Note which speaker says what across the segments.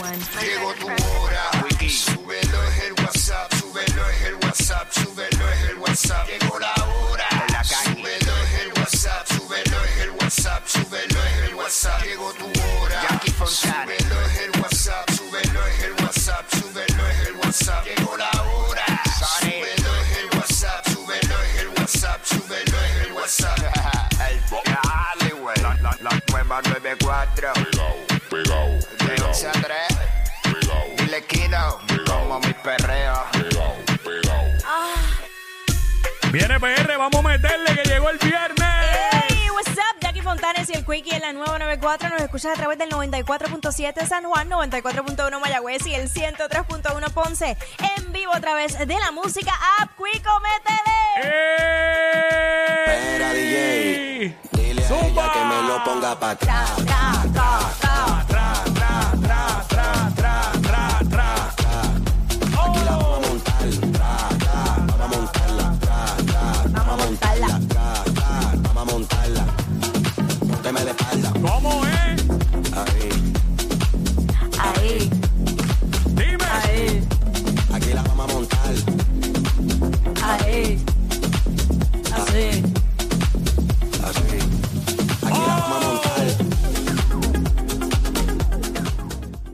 Speaker 1: one.
Speaker 2: Llegó tu hora. Súbelo es el WhatsApp. Súbelo es el WhatsApp. Súbelo es el WhatsApp. Llegó la hora. Súbelo es el WhatsApp. Súbelo es el WhatsApp. Súbelo es el WhatsApp. Llegó tu hora. Súbelo es el WhatsApp. Súbelo es el WhatsApp. Súbelo es el WhatsApp. Llegó la hora. Súbelo es el WhatsApp. Súbelo es el WhatsApp. Súbelo es el WhatsApp.
Speaker 3: El bo- Dale, güey. La, la, la cueva 94.
Speaker 4: pegado,
Speaker 3: De 11 a 3. Dile Kino. Como mi perreo.
Speaker 4: pegado, pegado.
Speaker 5: Viene PR, vamos a meterle que llegó el viernes.
Speaker 1: Hey, what's up? Jackie Fontanes y el Quickie en la nueva 94. Nos escuchas a través del 94.7 San Juan, 94.1 Mayagüez y el 103.1 Ponce. En vivo a través de la música app Quico, métele.
Speaker 5: ¡Ey!
Speaker 6: Espera, DJ. Dile a
Speaker 5: Zumba.
Speaker 6: ella que me lo ponga para atrás.
Speaker 1: Tra, tra, tra, tra.
Speaker 6: Aquí la vamos a montar. Tra, tra, vamos a montarla. Tra, tra, vamos a montarla. Tra, tra, vamos a montarla. Pónteme de espalda.
Speaker 5: ¿Cómo es?
Speaker 6: Ahí.
Speaker 1: Ahí,
Speaker 5: Dime.
Speaker 1: ahí,
Speaker 6: Aquí la vamos a montar.
Speaker 1: ahí. Así.
Speaker 6: Así. Aquí la vamos a montar.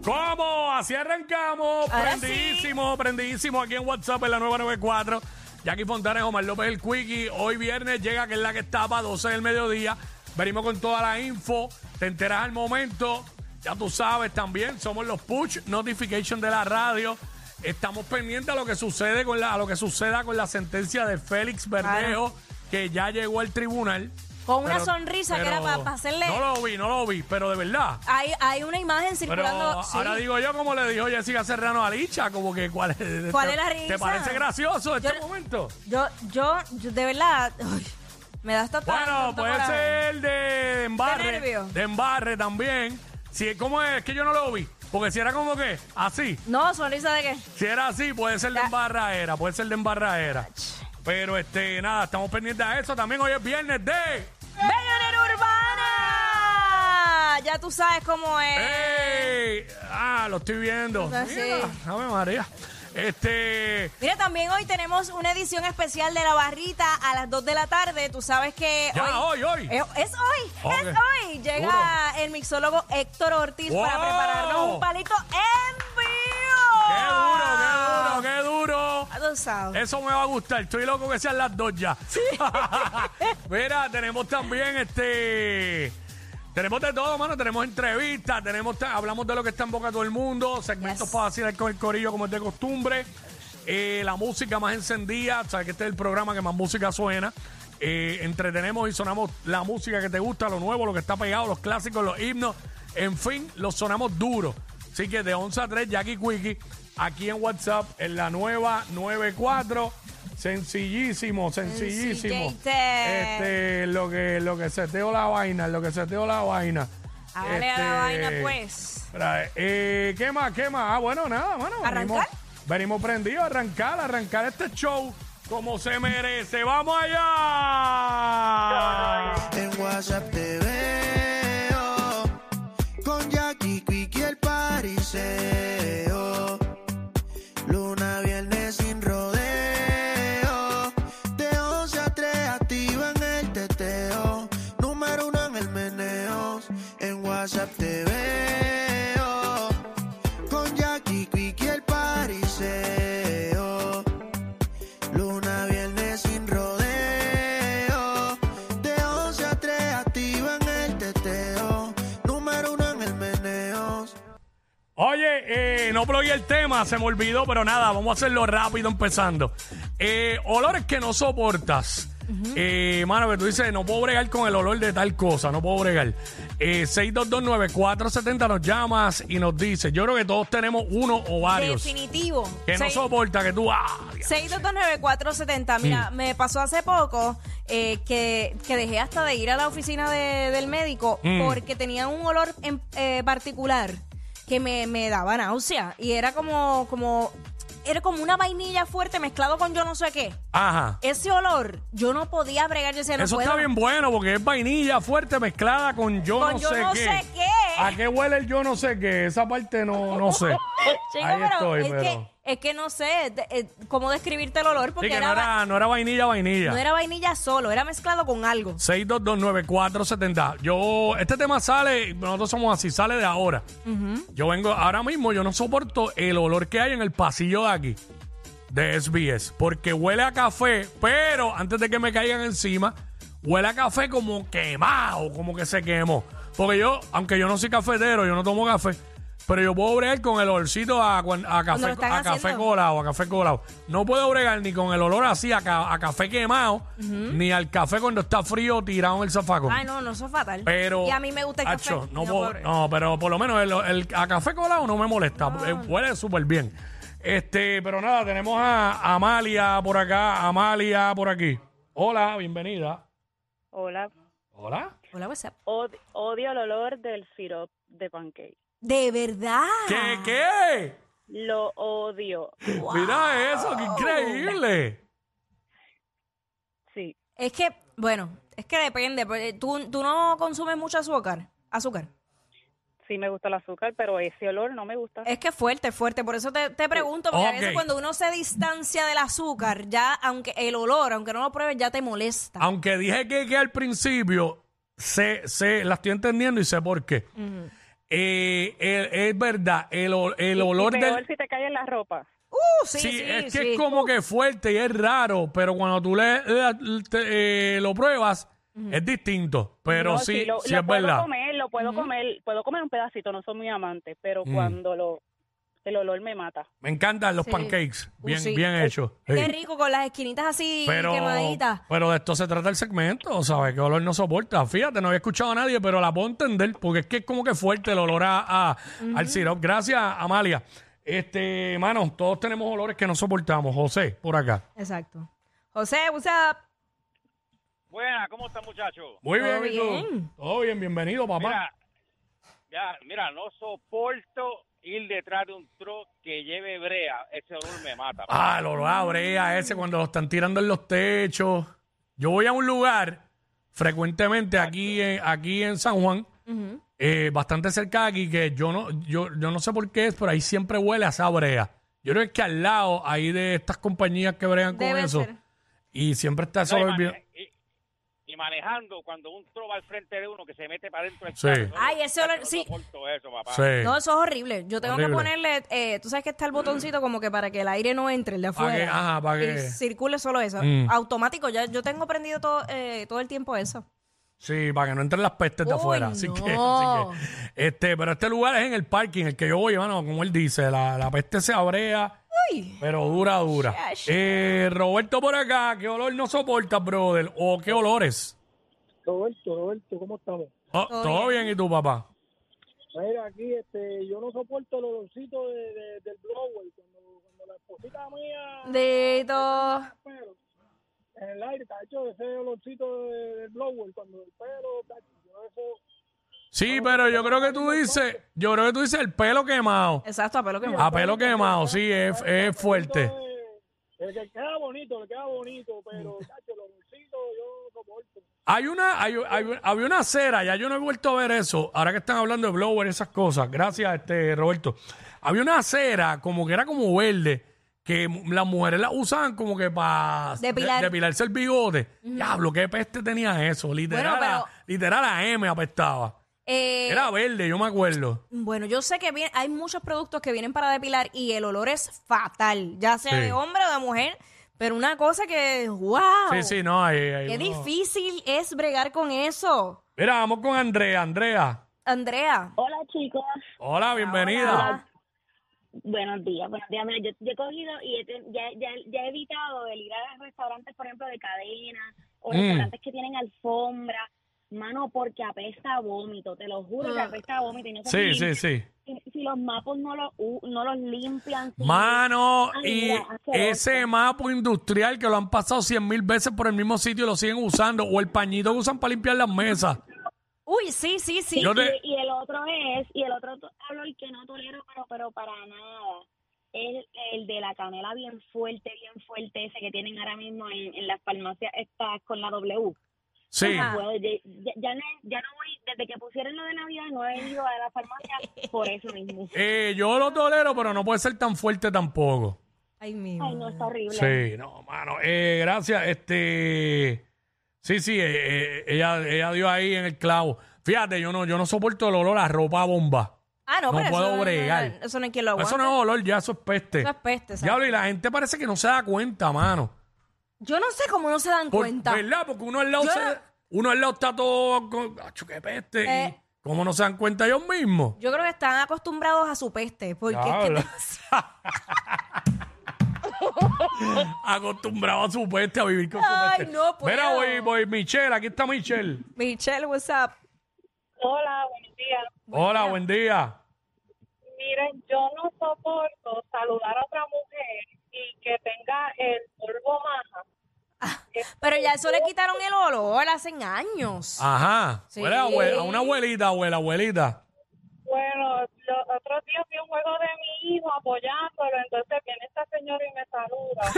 Speaker 5: ¿Cómo? Así arrancamos.
Speaker 1: Ahora
Speaker 5: prendidísimo, prendidísimo aquí en WhatsApp en la nueva 94. Jackie Fontanes, Omar López, el Quickie. Hoy viernes llega, que es la que está para 12 del mediodía. Venimos con toda la info. Te enteras al momento. Ya tú sabes también, somos los push notification de la radio. Estamos pendientes a lo que sucede con la, a lo que suceda con la sentencia de Félix Verdejo, que ya llegó al tribunal.
Speaker 1: Con una
Speaker 5: Pero-
Speaker 1: sonrisa que era
Speaker 5: pero-
Speaker 1: para hacerle.
Speaker 5: No lo vi, no lo vi, pero de verdad.
Speaker 1: Hay, hay una imagen
Speaker 5: Pero
Speaker 1: circulando. sí.
Speaker 5: ahora digo yo, como le dijo Jessica Serrano a Licha, como que cuál es,
Speaker 1: ¿Cuál
Speaker 5: te-
Speaker 1: es la
Speaker 5: ¿Te
Speaker 1: risa?
Speaker 5: parece gracioso este
Speaker 1: Yo- Ah,
Speaker 5: momento?
Speaker 1: Yo, yo, yo, de verdad, uy, me da hasta
Speaker 5: Bueno,
Speaker 1: tanto
Speaker 5: puede
Speaker 1: coraje.
Speaker 5: ser de embarre.
Speaker 1: nervio.
Speaker 5: De embarre también. Si, ¿Cómo es? Es que yo no lo vi. Porque si era como que así.
Speaker 1: No, sonrisa de qué.
Speaker 5: Si era así, puede ser de
Speaker 1: Ya.
Speaker 5: embarraera. Puede ser de embarraera. Pero este, nada, estamos pendientes a eso. También hoy es viernes de.
Speaker 1: ¡Billionaire Urbana! Ya tú sabes cómo es.
Speaker 5: ¡Ey! Ah, lo estoy viendo.
Speaker 1: Ah, Eh. sí.
Speaker 5: Mira, Ave María. Este.
Speaker 1: Mira, también hoy tenemos una edición especial de La Barrita a las 2 de la tarde. Tú sabes que
Speaker 5: Ya, hoy, hoy.
Speaker 1: Es, es hoy,
Speaker 5: Ok.
Speaker 1: es hoy. Llega el mixólogo Héctor Ortiz para
Speaker 5: Wow.
Speaker 1: prepararnos un palito en vivo.
Speaker 5: ¡Qué
Speaker 1: ¡Oh!
Speaker 5: duro, qué duro, qué duro!
Speaker 1: Ya tú sabes.
Speaker 5: Eso me va a gustar. Estoy loco que sean las dos ya. Mira, tenemos también este. Tenemos de todo, mano. Tenemos entrevistas, tenemos ta- hablamos de lo que está en boca de todo el mundo, segmentos
Speaker 1: Yes.
Speaker 5: para vacilar con el corillo como es de costumbre. Eh, la música más encendida, sabes que este es el programa que más música suena. Eh, entretenemos y sonamos la música que te gusta, lo nuevo, lo que está pegado, los clásicos, los himnos, en fin, los sonamos duro. Así que de 11 a 3, Jackie Quickie, aquí en WhatsApp, en la nueva 94. Sencillísimo, sencillísimo.
Speaker 1: Sencillete.
Speaker 5: Este, eh, lo que lo que seteó la vaina, lo que seteó la vaina. Este,
Speaker 1: Hágale a la vaina, pues.
Speaker 5: espera, eh, ¿Qué más? ¿Qué más? Ah, bueno, nada, mano. Venimos,
Speaker 1: ¿Arrancar?
Speaker 5: venimos prendidos a arrancar, a arrancar este show como se merece. ¡Vamos allá!
Speaker 7: En WhatsApp te veo con Jackie Quick y el pariseo. Luna, viernes sin rodeo. De 11 a 3 activan el teteo. Número uno en el meneo. En WhatsApp te veo con Jackie Quick y el pariseo. Luna, viernes sin rodeo. De 11 a 3 activan el teteo. Número uno en el meneo.
Speaker 5: Oye, eh, no plugué el tema, se me olvidó, pero nada, vamos a hacerlo rápido empezando. Eh, olores que no soportas. Eh, mano, que tú dices, no puedo bregar con el olor de tal cosa, no puedo bregar. Eh, 6229470 nos llamas y nos dice, yo creo que todos tenemos uno o varios.
Speaker 1: Definitivo.
Speaker 5: Que no
Speaker 1: Seis-
Speaker 5: soporta, que tú... ah,
Speaker 1: 6229470. Mira, me pasó hace poco eh, que, que dejé hasta de ir a la oficina de- del médico
Speaker 5: Mm.
Speaker 1: porque tenía un olor en- eh, particular que me, me daba náusea. Y era como, como, era como una vainilla fuerte mezclado con yo no sé qué.
Speaker 5: Ajá.
Speaker 1: Ese olor, yo no podía bregar. Yo decía, no
Speaker 5: Eso
Speaker 1: puedo.
Speaker 5: está bien bueno porque es vainilla fuerte mezclada con yo
Speaker 1: Con
Speaker 5: no
Speaker 1: yo
Speaker 5: sé
Speaker 1: no
Speaker 5: qué.
Speaker 1: sé qué.
Speaker 5: ¿A qué huele el yo no sé qué? Esa parte no, no sé.
Speaker 1: Chico,
Speaker 5: Ahí
Speaker 1: pero
Speaker 5: estoy,
Speaker 1: es,
Speaker 5: pero.
Speaker 1: Que, es que no sé de- eh, cómo describirte el olor porque
Speaker 5: Sí, que
Speaker 1: era,
Speaker 5: no era, no era vainilla, vainilla.
Speaker 1: no era vainilla solo, era mezclado con algo.
Speaker 5: 6229470. Yo, este tema sale, nosotros somos así, sale de ahora. Yo vengo, ahora mismo yo no soporto el olor que hay en el pasillo de aquí, de SBS, porque huele a café, pero antes de que me caigan encima, huele a café como quemado, como que se quemó. Porque yo, aunque yo no soy cafetero, yo no tomo café, pero yo puedo bregar con el olorcito a, cuan- a
Speaker 1: lo
Speaker 5: café,
Speaker 1: están
Speaker 5: a café
Speaker 1: haciendo.
Speaker 5: colado, a café colado. No puedo bregar ni con el olor así a, ca- a café quemado, ni al café cuando está frío tirado en el zafacón.
Speaker 1: Ay, no, no, eso es fatal.
Speaker 5: Pero,
Speaker 1: y a mí me gusta el
Speaker 5: acho,
Speaker 1: café.
Speaker 5: No,
Speaker 1: No,
Speaker 5: puedo-
Speaker 1: pobre.
Speaker 5: no, pero por lo menos el, el- a café colado no me molesta.
Speaker 1: Ah.
Speaker 5: eh, Huele súper bien. Este, pero nada, tenemos a Amalia por acá, Amalia por aquí. Hola, bienvenida.
Speaker 8: Hola.
Speaker 5: Hola.
Speaker 1: Hola, what's up?
Speaker 8: Od- odio el olor del sirop de pancake.
Speaker 1: De verdad.
Speaker 5: ¿Qué, qué?
Speaker 8: Lo odio.
Speaker 5: Mira eso, qué increíble.
Speaker 8: Sí.
Speaker 1: Es que, bueno, es que depende. porque ¿Tú, tú no consumes mucho azúcar. Azúcar.
Speaker 8: Sí me gusta el azúcar, pero ese olor no me gusta.
Speaker 1: Es que es fuerte, es fuerte. Por eso te, te pregunto, porque a veces
Speaker 5: Ok.
Speaker 1: cuando uno se distancia del azúcar, ya, aunque el olor, aunque no lo pruebes, ya te molesta.
Speaker 5: Aunque dije que, que al principio sé, sé, la estoy entendiendo y sé por qué. Eh, el- es verdad, el, ol- el olor
Speaker 8: y
Speaker 5: del.
Speaker 8: peor si te cae en la ropa.
Speaker 1: Uh, sí,
Speaker 5: Sí,
Speaker 1: sí,
Speaker 5: es que
Speaker 1: sí.
Speaker 5: es como que fuerte y es raro, pero cuando tú le, le- te- eh, lo pruebas, es distinto. Pero
Speaker 8: No,
Speaker 5: sí, sí,
Speaker 8: lo, lo
Speaker 5: es
Speaker 8: puedo
Speaker 5: verdad.
Speaker 8: comer, lo puedo comer, puedo comer un pedacito, no soy muy amante, pero
Speaker 5: Mm.
Speaker 8: cuando lo el olor me mata.
Speaker 5: Me encantan los
Speaker 1: Sí.
Speaker 5: pancakes,
Speaker 1: Uh,
Speaker 5: bien,
Speaker 1: sí.
Speaker 5: bien hechos. sí.
Speaker 1: Qué rico con las esquinitas así
Speaker 5: Pero,
Speaker 1: quemaditas.
Speaker 5: pero de esto se trata el segmento, ¿sabes? Que olor no soporta. Fíjate, no había escuchado a nadie, pero la puedo entender porque es que es como que fuerte el olor a, a- al sirop. Gracias, Amalia. Este, mano, todos tenemos olores que no soportamos. José, por acá.
Speaker 1: Exacto. José, what's up?
Speaker 9: Buena, ¿cómo están muchachos?
Speaker 5: Muy
Speaker 1: Todo
Speaker 5: bien, ¿y tú?
Speaker 1: bien.
Speaker 5: Todo bien, bienvenido, papá.
Speaker 9: Mira, ya, mira, no soporto ir detrás de un truck que lleve brea. Ese olor me mata.
Speaker 5: Ah, el olor a brea ese cuando lo están tirando en los techos. Yo voy a un lugar frecuentemente aquí en, aquí en San Juan, eh, bastante cerca de aquí, que yo no, yo, yo no sé por qué es, pero ahí siempre huele a esa brea. Yo creo que es que al lado ahí de estas compañías que bregan con
Speaker 1: Debe
Speaker 5: eso.
Speaker 1: ser.
Speaker 5: Y siempre está ese
Speaker 9: No, y,
Speaker 5: olor bien.
Speaker 9: mane- y- y manejando cuando un truck va al frente de uno que se mete para adentro del
Speaker 5: Sí.
Speaker 9: carro.
Speaker 1: Ay, ese olor,
Speaker 9: No
Speaker 1: sí.
Speaker 9: soporto eso, papá.
Speaker 5: Sí.
Speaker 1: No, eso es horrible. Yo tengo
Speaker 5: Horrible.
Speaker 1: que ponerle, eh, tú sabes que está el botoncito como que para que el aire no entre, el de
Speaker 5: Pa'
Speaker 1: afuera.
Speaker 5: que- ajá, pa' que-
Speaker 1: Y circule solo eso.
Speaker 5: Mm.
Speaker 1: Automático, ya, yo tengo prendido todo, eh, todo el tiempo eso.
Speaker 5: Sí, para que no entren las pestes de
Speaker 1: Uy,
Speaker 5: afuera. Así
Speaker 1: no.
Speaker 5: que, así que, este, pero este lugar es en el parking, el que yo voy, hermano, como él dice, la, la peste se abrea,
Speaker 1: Uy.
Speaker 5: pero dura, dura.
Speaker 1: Ya, ya.
Speaker 5: Eh, Roberto por acá, ¿qué olor no soporta, brother? ¿O qué olores?
Speaker 10: Roberto, Roberto, ¿cómo estamos?
Speaker 5: Oh,
Speaker 1: Todo
Speaker 5: Todo bien, ¿y tú, papá?
Speaker 10: Mira, aquí este, yo no soporto el olorcito de, de- del blower. Cuando, cuando la esposita mía
Speaker 1: Dito.
Speaker 10: pero, en el aire está hecho ese olorcito de- del blower. Cuando el pelo está yo eso,
Speaker 5: Sí, pero yo creo que tú dices, yo creo que tú dices el pelo quemado.
Speaker 1: Exacto, a pelo que
Speaker 5: A pelo quemado, sí, es, es fuerte.
Speaker 10: de- el que queda bonito, le queda bonito, pero
Speaker 5: Mm.
Speaker 10: tacho, el olorcito yo no soporto.
Speaker 5: Hay una, hay, hay- había una cera, ya yo no he vuelto a ver eso, ahora que están hablando de blower y esas cosas, gracias este Roberto. Había una cera como que era como verde, que mu- las mujeres la usaban como que para
Speaker 1: Depilar.
Speaker 5: depilarse el bigote. Diablo, qué peste tenía eso, literal,
Speaker 1: Bueno,
Speaker 5: a-
Speaker 1: pero-
Speaker 5: literal a M apestaba.
Speaker 1: Eh,
Speaker 5: Era verde, yo me acuerdo.
Speaker 1: Bueno, yo sé que viene- hay muchos productos que vienen para depilar y el olor es fatal, ya sea
Speaker 5: Sí.
Speaker 1: de hombre o de mujer, pero una cosa que, wow,
Speaker 5: Sí, sí, no, ahí, ahí
Speaker 1: qué
Speaker 5: uno-
Speaker 1: difícil es bregar con eso.
Speaker 5: Mira, vamos con Andrea, Andrea.
Speaker 1: Andrea,
Speaker 8: Hola, chicos.
Speaker 5: Hola, bienvenida.
Speaker 1: Hola.
Speaker 8: Buenos días, buenos días. Mira, yo, yo he cogido y he ten- ya, ya, ya he evitado el ir a restaurantes, por ejemplo, de cadena o
Speaker 5: Mm.
Speaker 8: restaurantes que tienen alfombra, mano, porque apesta a vómito, te lo juro que apesta a vómito. y no sé
Speaker 5: Ah. Sí, sí,
Speaker 8: si,
Speaker 5: sí.
Speaker 8: Si, si los mapos no, los u- no los limpian. si-
Speaker 5: Mano,
Speaker 8: Ay,
Speaker 5: y
Speaker 8: mira, asqueroso.
Speaker 5: ese mapa industrial que lo han pasado cien mil veces por el mismo sitio y lo siguen usando, o el pañito que usan para limpiar las mesas.
Speaker 1: uy, sí, sí, sí.
Speaker 5: Yo te-
Speaker 8: Y, y el otro es, y el otro to- hablo el que no tolero, pero, pero para nada. Es el de la canela bien fuerte, bien fuerte, ese que tienen ahora mismo en, en las farmacias estas con la W.
Speaker 5: Sí.
Speaker 8: No puedo,
Speaker 11: Pues,
Speaker 8: ya, ya- ya no, ya no voy, desde que pusieron lo de Navidad no he ido a la farmacia por eso mismo.
Speaker 5: Eh, yo lo tolero, pero no puede ser tan fuerte tampoco.
Speaker 1: Ay, mi
Speaker 8: Ay, no, está horrible.
Speaker 5: Sí, no, mano. Eh, gracias, este. Sí, sí, eh, eh, ella, ella dio ahí en el clavo. Fíjate, yo no, yo no soporto el olor a ropa bomba.
Speaker 1: Ah, no,
Speaker 5: No
Speaker 1: pero
Speaker 5: puedo
Speaker 1: eso,
Speaker 5: bregar.
Speaker 1: eso no hay quien lo aguante.
Speaker 5: Eso no es olor, ya eso es peste.
Speaker 1: Eso es peste, ¿sabes?
Speaker 5: Diablo, y la gente parece que no se da cuenta, mano.
Speaker 1: Yo no sé cómo no se dan
Speaker 5: Por-
Speaker 1: cuenta.
Speaker 5: ¿Verdad? Porque uno al lado,
Speaker 1: Yo
Speaker 5: se-
Speaker 1: no-
Speaker 5: uno al lado está todo. Con, ¡Acho, qué peste!
Speaker 1: Eh.
Speaker 5: Y ¿Cómo no se dan cuenta ellos mismos?
Speaker 1: Yo creo que están acostumbrados a su peste. Porque es que
Speaker 5: Diablo. Acostumbrado a su peste, a vivir con
Speaker 1: Ay,
Speaker 5: su peste.
Speaker 1: no puedo.
Speaker 5: Mira, voy, voy, Michelle, aquí está Michelle.
Speaker 1: Michelle, what's up?
Speaker 11: Hola, buenos días.
Speaker 5: Hola, buen día.
Speaker 11: Miren, yo no soporto saludar a otra mujer y que tenga el polvo maja.
Speaker 1: Pero ya eso le quitaron el olor hace años.
Speaker 5: Ah. Ajá.
Speaker 1: Sí.
Speaker 5: Huele a, abue- a una abuelita, abuela, abuelita.
Speaker 11: Bueno, los otros días vi un juego de mi hijo apoyándolo, entonces viene esta señora y me saluda.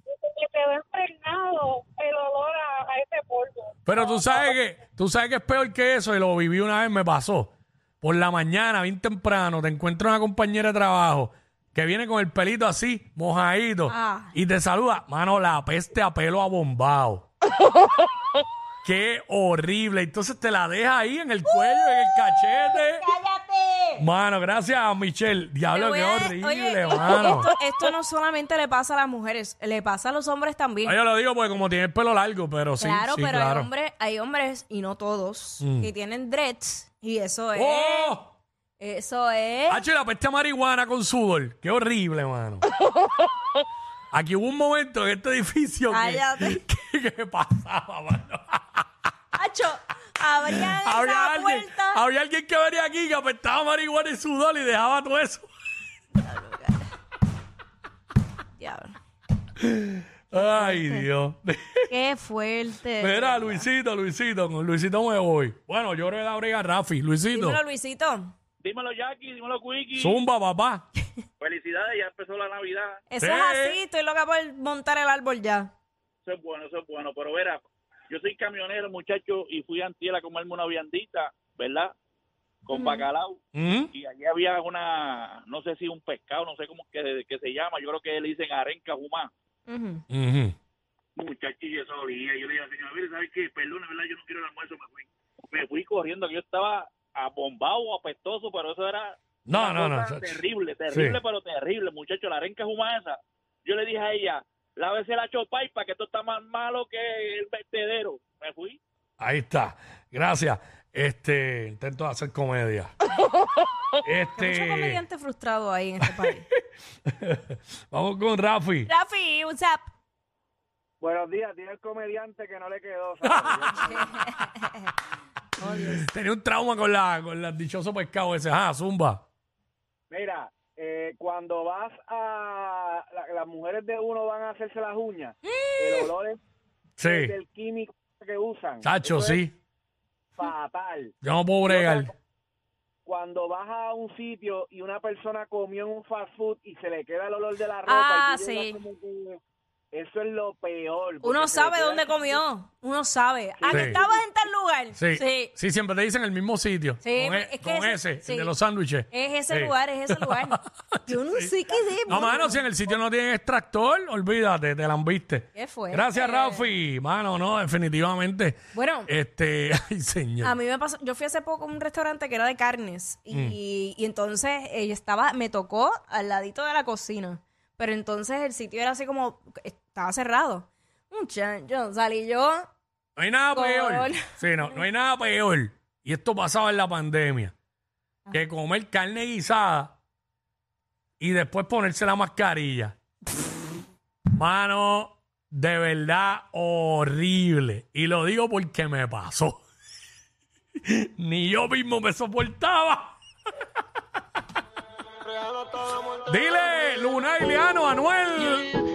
Speaker 11: Y me quedó impregnado el olor a, a ese polvo.
Speaker 5: Pero tú sabes que, tú sabes que es peor que eso, y lo viví una vez, me pasó. Por la mañana, bien temprano, te encuentras una compañera de trabajo que viene con el pelito así, mojadito,
Speaker 1: Ah.
Speaker 5: y te saluda. Mano, la peste a pelo abombado. Qué horrible. Entonces te la deja ahí en el cuello, en el cachete.
Speaker 1: ¡Cállate!
Speaker 5: Mano, gracias a Michelle. Diablo, qué horrible, mano.
Speaker 1: esto, esto no solamente le pasa a las mujeres, le pasa a los hombres también.
Speaker 5: Ah, yo lo digo porque como tiene el pelo largo, pero sí,
Speaker 1: claro,
Speaker 5: sí,
Speaker 1: pero Hay,
Speaker 5: claro. Mm.
Speaker 1: hombres, hay hombres, y no todos, que tienen dreads. Y eso es.
Speaker 5: ¡Oh!
Speaker 1: Eso es.
Speaker 5: Hacho, y la peste a pues marihuana con sudor. Qué horrible, mano. Aquí hubo un momento en este edificio que,
Speaker 1: Cállate.
Speaker 5: que, que pasaba, mano.
Speaker 1: Hacho, abrían
Speaker 5: Había
Speaker 1: esa
Speaker 5: alguien,
Speaker 1: puerta.
Speaker 5: había alguien que venía aquí que apestaba marihuana y sudor y dejaba todo eso.
Speaker 1: Diablo.
Speaker 5: Ay, Dios.
Speaker 1: Qué fuerte.
Speaker 5: Mira, Luisito, Luisito, con Luisito me voy. Bueno, yo le la brega a Rafi. Luisito,
Speaker 1: Dímelo, Luisito.
Speaker 9: Dímelo, Jackie, dímelo, Quickie.
Speaker 5: zumba, papá.
Speaker 9: Felicidades, ya empezó la Navidad.
Speaker 1: Eso
Speaker 5: Sí.
Speaker 1: es así, estoy loca por montar el árbol ya.
Speaker 9: Eso es bueno, eso es bueno. Pero verá, yo soy camionero, muchacho, y fui a Antiel a comerme una viandita, ¿verdad? Con bacalao.
Speaker 5: ¿Mm?
Speaker 9: Y allí había una, no sé si un pescado, no sé cómo que, que se llama. Yo creo que le dicen arenca jumá.
Speaker 1: Ujú.
Speaker 5: Ujú.
Speaker 9: Muchacho, y eso olía. Yo le dije al señor, mire, ¿sabes qué? Perdone, ¿verdad? Yo no quiero el almuerzo, me fui. Me fui corriendo, que yo estaba abombado, apestoso, pero eso era
Speaker 5: No, no,
Speaker 9: una
Speaker 5: no.
Speaker 9: cosa Terrible, terrible, pero terrible, muchacho. La arenca humana esa. Yo le dije a ella, lávese la chopay para que esto está más malo que el vertedero. Me fui.
Speaker 5: Ahí está. Gracias. Este, intento de hacer comedia.
Speaker 1: Hay mucho
Speaker 5: este,
Speaker 1: comediante frustrado ahí en este país.
Speaker 5: vamos con Rafi.
Speaker 1: Rafi, what's up?
Speaker 10: Buenos días, tiene el comediante que no le quedó. ¿sabes?
Speaker 5: Tenía un trauma con la con el dichoso pescado ese. Ah, zumba.
Speaker 10: Mira, eh, cuando vas a... la- las mujeres de uno van a hacerse las uñas, el olor es
Speaker 5: Mm. Sí.
Speaker 10: del químico que usan.
Speaker 5: Chacho,
Speaker 10: Eso es
Speaker 5: sí.
Speaker 10: fatal.
Speaker 5: Yo no puedo bregar.
Speaker 10: Cuando vas a un sitio y una persona comió en un fast food y se le queda el olor de la ropa.
Speaker 1: Ah,
Speaker 10: y tú llegas
Speaker 1: sí.
Speaker 10: como que- Eso es lo peor. porque
Speaker 1: Uno
Speaker 10: se le
Speaker 1: sabe
Speaker 10: queda-
Speaker 1: dónde comió. Uno sabe. Ah,
Speaker 5: Sí.
Speaker 1: que estabas en tal lugar.
Speaker 5: Sí. sí. siempre te dicen el mismo sitio.
Speaker 1: Sí,
Speaker 5: con e-
Speaker 1: es que
Speaker 5: con
Speaker 1: ese-
Speaker 5: ese, el
Speaker 1: sí.
Speaker 5: de los sándwiches.
Speaker 1: Es ese
Speaker 5: Sí.
Speaker 1: lugar, es ese lugar. Yo no sé qué debo.
Speaker 5: No, mano, si en el sitio no tienen extractor, olvídate, te lambiste.
Speaker 1: Qué fuerte.
Speaker 5: Gracias, Rafi. Mano, no, definitivamente.
Speaker 1: Bueno.
Speaker 5: Este, ay, señor.
Speaker 1: A mí me pasó, yo fui hace poco a un restaurante que era de carnes y, y entonces ella estaba, me tocó al ladito de la cocina, pero entonces el sitio era así como, estaba cerrado. Un chancho, salí yo,
Speaker 5: No hay nada
Speaker 1: Con-
Speaker 5: peor. Sí, no, no hay nada peor. Y esto pasaba en la pandemia. Que comer carne guisada y después ponerse la mascarilla. Mano, de verdad horrible. Y lo digo porque me pasó. Ni yo mismo me soportaba. Dile, Luna Iliano, Anuel.